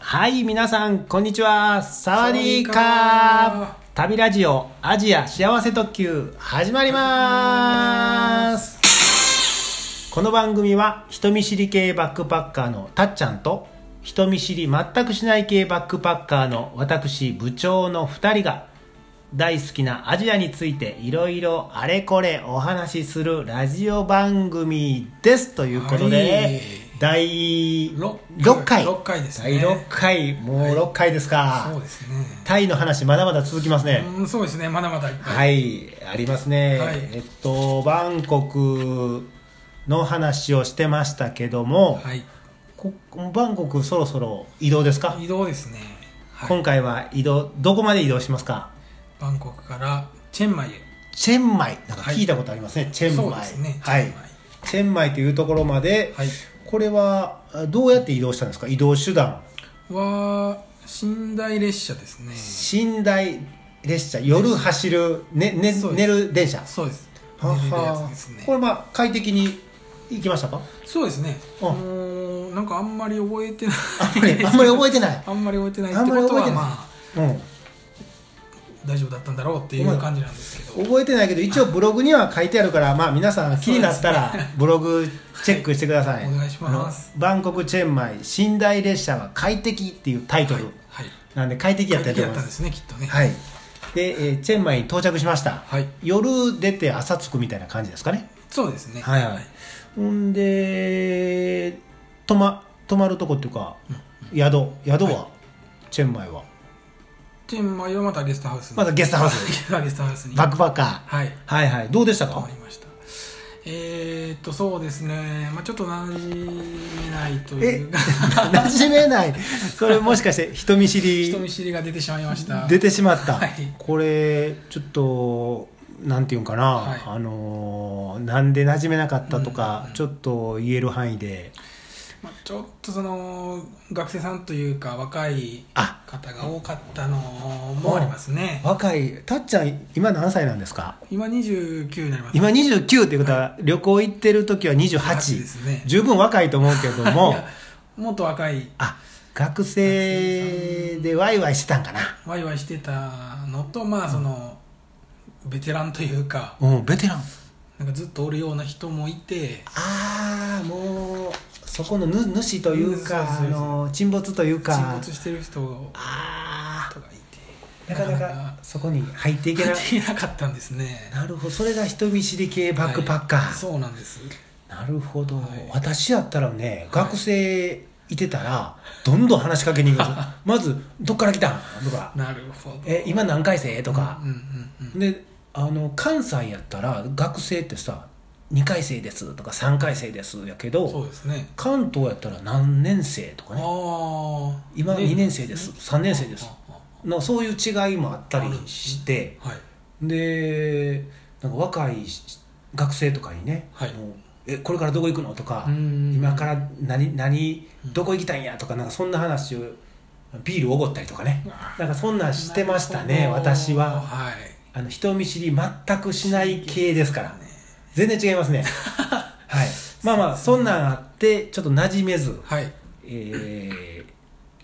はい、皆さん、こんにちは。サワディーサワディーカーカー旅ラジオアジア幸せ特急、始まります。この番組は、人見知り系バックパッカーのたっちゃんと、人見知り全くしない系バックパッカーの私、部長の2人が、大好きなアジアについていろいろあれこれお話しするラジオ番組です。ということで、第ろ6回六回です第ね6回もう6回ですか、そうですね。タイの話まだまだ続きますね、うん、そうですね。まだまだいっぱい。はいありますね、はいえっとバンコクの話をしてましたけども、はい。こバンコクそろそろ移動ですか、移動ですね。はい。今回は移動どこまで移動しますかバンコクからチェンマイへ。チェンマイなんか聞いたことありますね、チェンマイそうですね。はチェいンマイチェンマイというところまで、はいこれはあどうやって移動したんですか移動手段は寝台列車ですね。寝台列車夜走る、ねねそう、で寝する電車そうです。は寝れるやはつですねこ。れまあ快適に行きましたかそうですね。あもうなんかあんまり覚えてない。 あんま りあんまり覚えてない、あんまり覚えてないってあんこまりと覚えてなはいまあう大丈夫だったんだろうっていう感じなんですけど。ん、覚えてないけど一応ブログには書いてあるからまあ皆さん気になったらブログチェックしてください、 はいお願いしますあのバンコクチェンマイ寝台列車は快適っていうタイトルはい。なんで快適やった快と思いま適やったんすですね、きっとね。はい。で、えーチェンマイに到着しました。はい夜出て朝着くみたいな感じですかね。そうですね。はいはい。ほんで、泊ま、泊まるとこっていうか、宿、宿は、チェンマイは。チェンマイはまたゲストハウスにまだゲストハウス、またゲストハウスにバックパッカー。はいはいはい。どうでしたわかかりましたえー、っとそうですね、まあ、ちょっと馴染めないといえ、うか 馴染めない。それもしかして人見知り人見知りが出てしまいました出てしまった、はいこれちょっとなんていうんかな、はいあのーなんで馴染めなかったとか、ちょっと言える範囲でまあ、ちょっとその学生さんというか若いあ方が多かったのもありますね若いたっちゃん今何歳なんですか今29になります今29っていうことは、旅行行ってる時は28 28ですね十分若いと思うけど ももっと若いあ学生でワイワイしてたんかなワイワイしてたのとまあその、ベテランというかうんベテランなんかずっとおるような人もいてああもうそこのぬ主というか、うんそうそうそうあの沈没というか沈没してる人をあとかいてあなかなかそこに入っていけないできなかったんですねなるほどそれが人見知り系バックパッカー、はいそうなんですなるほど、はい私やったらね学生いてたらどんどん話しかけに行くん ですよまず「どっから来たん?」とかなるほど「え今何回生?」とかうん、うんうんであの関西やったら学生ってさ「2回生です」とか「3回生です」やけそうどですね関東やったら何年生とかあねあ今2年生です3年生ですあのそういう違いもあったりしてあはいでなんか若いし学生とかにね、はいもうえこれからどこ行くのとか、うん今から何何うんどこ行きたいんやとかなんかそんな話をビールおごったりとかねあなんかそんなんしてましたねなるほど私ははいあの人見知り全くしない系ですからね全然違います ねはいまあまあそんなんあってちょっと馴染めずはいえ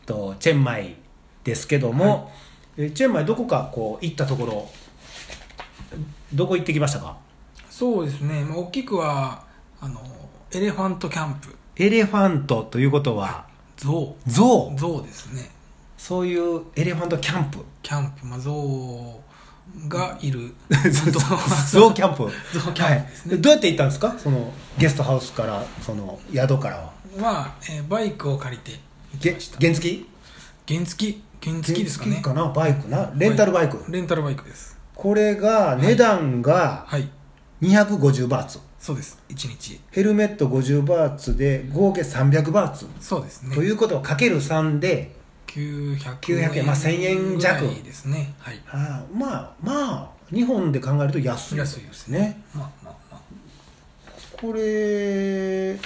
ー、とチェンマイですけども、えーチェンマイどこかこう行ったところどこ行ってきましたかそうですねまあ大きくはあのエレファントキャンプエレファントということはゾゾウウゾウですねそういうエレファントキャンプキャンプまあゾウがいる ゾウキャンプゾウキャンプですねはい、どうやって行ったんですかそのゲストハウスからその宿からはは、えーバイクを借りて行きげました原付原付原付ですかね原付かなバイクなレンタルバイク、レンタルバイクですこれが値段がはい250バーツ、そうです1日ヘルメット50バーツで合計300バーツそうですねということはかける3で、 900 900円まあ1000円弱ぐらいですねはいあーまあまあ日本で考えると安い安いですねまあまあまあこれ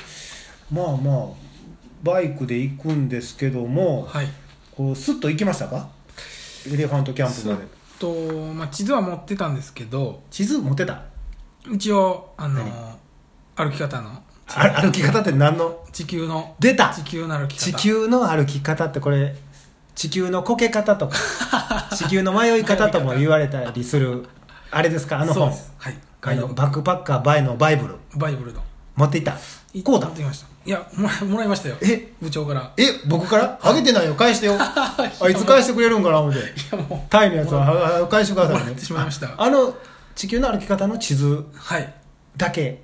まあまあバイクで行くんですけども、はいこうスッと行きましたかエレファントキャンプまでと、まあ、地図は持ってたんですけど地図持ってた一応あの歩き方のあ歩き方って何の地球の出た地球の歩き方地球の歩き方ってこれ地球のこけ方とか 地球の迷い方とも言われたりするあれですかあのそう本ですはいあガイドのバックパッカーバイのバイブルバイブルの持っていったいこうだ持ってきましたいやもらもらいましたよえ部長からえ僕からあげてないよ返して よあいつ返してくれるんかな思っていやもタイのやつはあ返してくださいねもらってしまいましたああの地球の歩き方の地図うはいだけ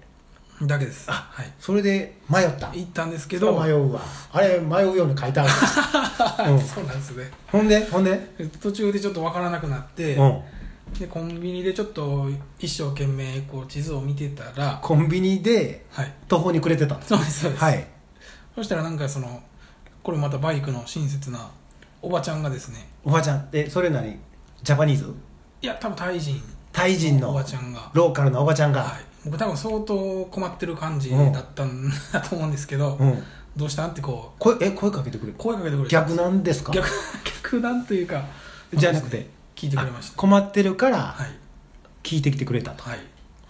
だけですあはいそれで迷った行ったんですけけどど迷うわあれ迷うように書い てあるうんそうなんですねほんでほんで途中でちょっと分からなくなって、うんでコンビニでちょっと一生懸命こう地図を見てたらコンビニではい途方に暮れてたそうですそうです、はいそしたらなんかそのこれまたバイクの親切なおばちゃんがですねおばちゃんえそれなりジャパニーズいや多分タイ人タイ人のおのばちゃんがローカルのおばちゃんが、はい、僕多分相当困ってる感じだったんだと思うんですけど、うん、どうしたんってこ声え声かけてくれうる声かけてくれて逆なんですか逆逆なんというかじゃなくて聞いてくれました困ってるからはい聞いてきてくれたと、はいい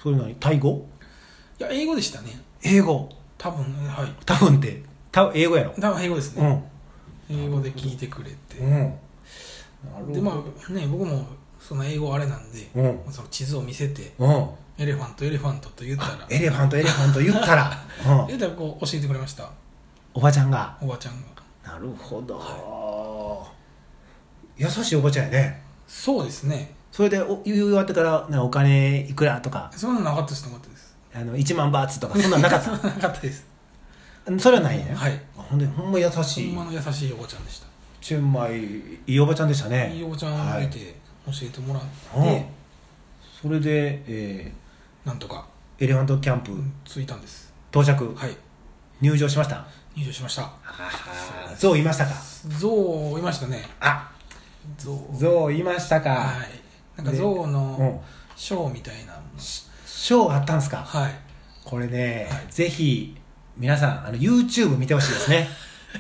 それなりタイ語や英語でしたね英語多分はい多分って多分英語やろ多分英語ですうね、ん英語で聞いてくれて、うんなるほどでまあね僕もその英語あれなんで、うんその地図を見せてうんエレファントエレファントと言ったらエレファントエレファント言った ら、うん言ったらこう教えてくれましたおばちゃんがおばちゃんがなるほど、優しいおばちゃんやねそうですねそれでお言い終わってから、ね、お金いくらとかそんなのなかったですなかったですあの1万バーツとかそんなんなかっそんなのなかったですたそれはないね、はいほんでほんま優ほしいんまの優しいおばちゃんでしたチェンマイいいおばちゃんでしたねいいおばちゃんを見はて教えてもらって、いうんそれで、えなんとかーエレファントキャンプ着いたんです到着はい入場しました入場しましたゾウいましたか象をいましたねあ象ゾウいましたはか、いなんか象うんの、ショーみたいなショーあったんですかはいこれね、はいぜひ皆さんあの YouTube 見てほしいです ね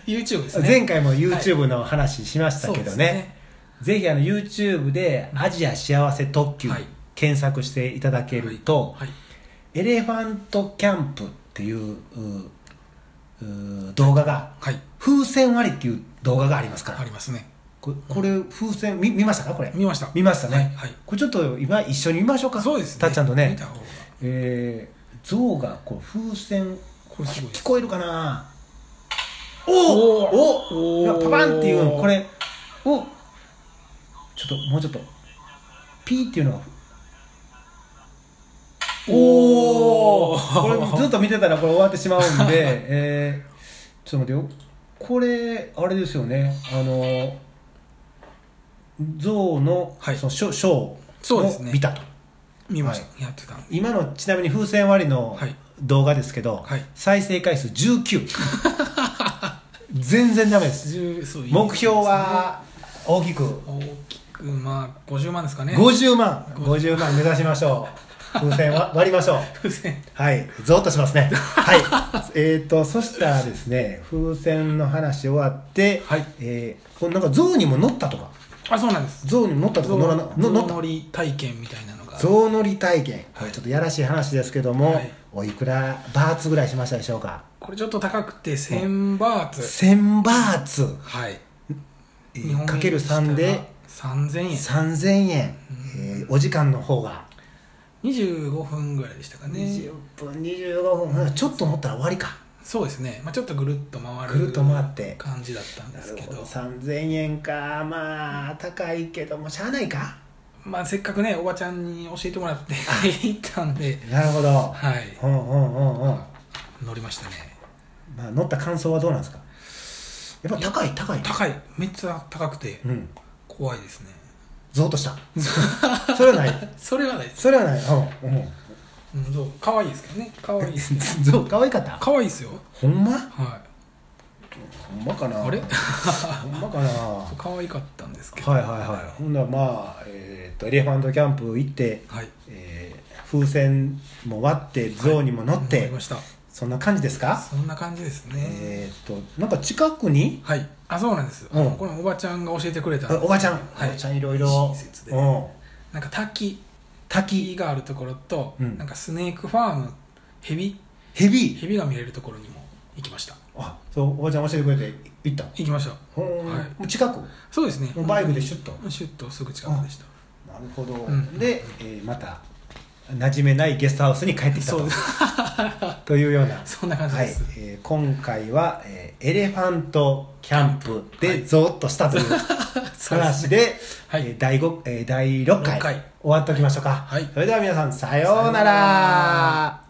YouTube ですね前回も YouTube の話しましたけどそうですね,、ぜひあの YouTube で「アジア幸せ特急」はい検索していただけると、はいエレファントキャンプっていううう動画がはい、風船割りっていう動画がありますから、ありますねここれ風船見見ましたかこれ見ました見ましたね、はいはいこれちょっと今一緒に見ましょうかそうですねたっちゃんとね見た方がえー、象がこう風船これすごいで聞すこえるかなおおおおーおパパンっていうのこれおちょっともうちょっとピーっていうのがおーこれずっと見てたらこれ終わってしまうんで、えー、ちょっと待ってよこれあれですよねあの象の、はいそのショショーをそうですね見たと見ました、やってたんで今のちなみに風船割りのはい動画ですけど、はい再生回数19全然ダメです10そういいですね目標は大きく大きくまあ50万ですかね50万50万目指しましょう風船は割りましょう風船はいゾーッとしますね はいえっとそしたらですね風船の話終わって、はいえーこれなんか象にも乗ったとかあそうなんです象にも乗ったとか象乗らなの乗っ乗り体験みたいなのがた象乗り体験、はいちょっとやらしい話ですけども、はいおいくらバーツぐらいしましたでしょうかこれちょっと高くて1000バーツ1000バーツはいえーかける3で3000円3000円、えーお時間の方が25分ぐらいでしたかね20分25分、ちょっと乗ったら終わりかそうですね、まあ、ちょっとぐるっと回るぐるっと回って感じだったんですけど3000円かまあ高いけどもしゃあないかまあ、せっかくねおばちゃんに教えてもらって行ったんでなるほど、はいうんうんうんうん乗りましたねまあ乗った感想はどうなんですかやっぱ高い高い高いめっちゃ高くてうん怖いですねゾーッとした それはないそれはないですそれはないうんうんうんどう可愛いですけどね可愛 いですねゾウ可愛かった可愛いですよほんまはほんまかいなあれほんまかなは可愛かったんですけいどはいはいほんならまあえーっとエレファントキャンプ行ってはいえー風船も割って象にも乗って、乗りましたそんな感じですかそんな感じですねえーっとなんか近くにはいあそうなんです、うんこのおばちゃんが教えてくれたあおばちゃん、はいおばちゃんいろいろ親切でうん、なんか滝滝滝があるところと、うんなんかスネークファームヘビヘビヘビが見れるところにも行きましたあそうおばちゃん教えてくれて行った行きましたほーはいもう近くもそうですねうバイクでシュッとシュッとすぐ近くでしたなるほど、んで、えーまた馴染めないゲストハウスに帰ってきたそうとですというようなそんな感じはでいす、えー今回は、えーエレファントキャンプでゾーッとしたという そうです話で、はいえー第5えー第6回六回終わっときましょうか、はいそれでは皆さんさようさよなうなら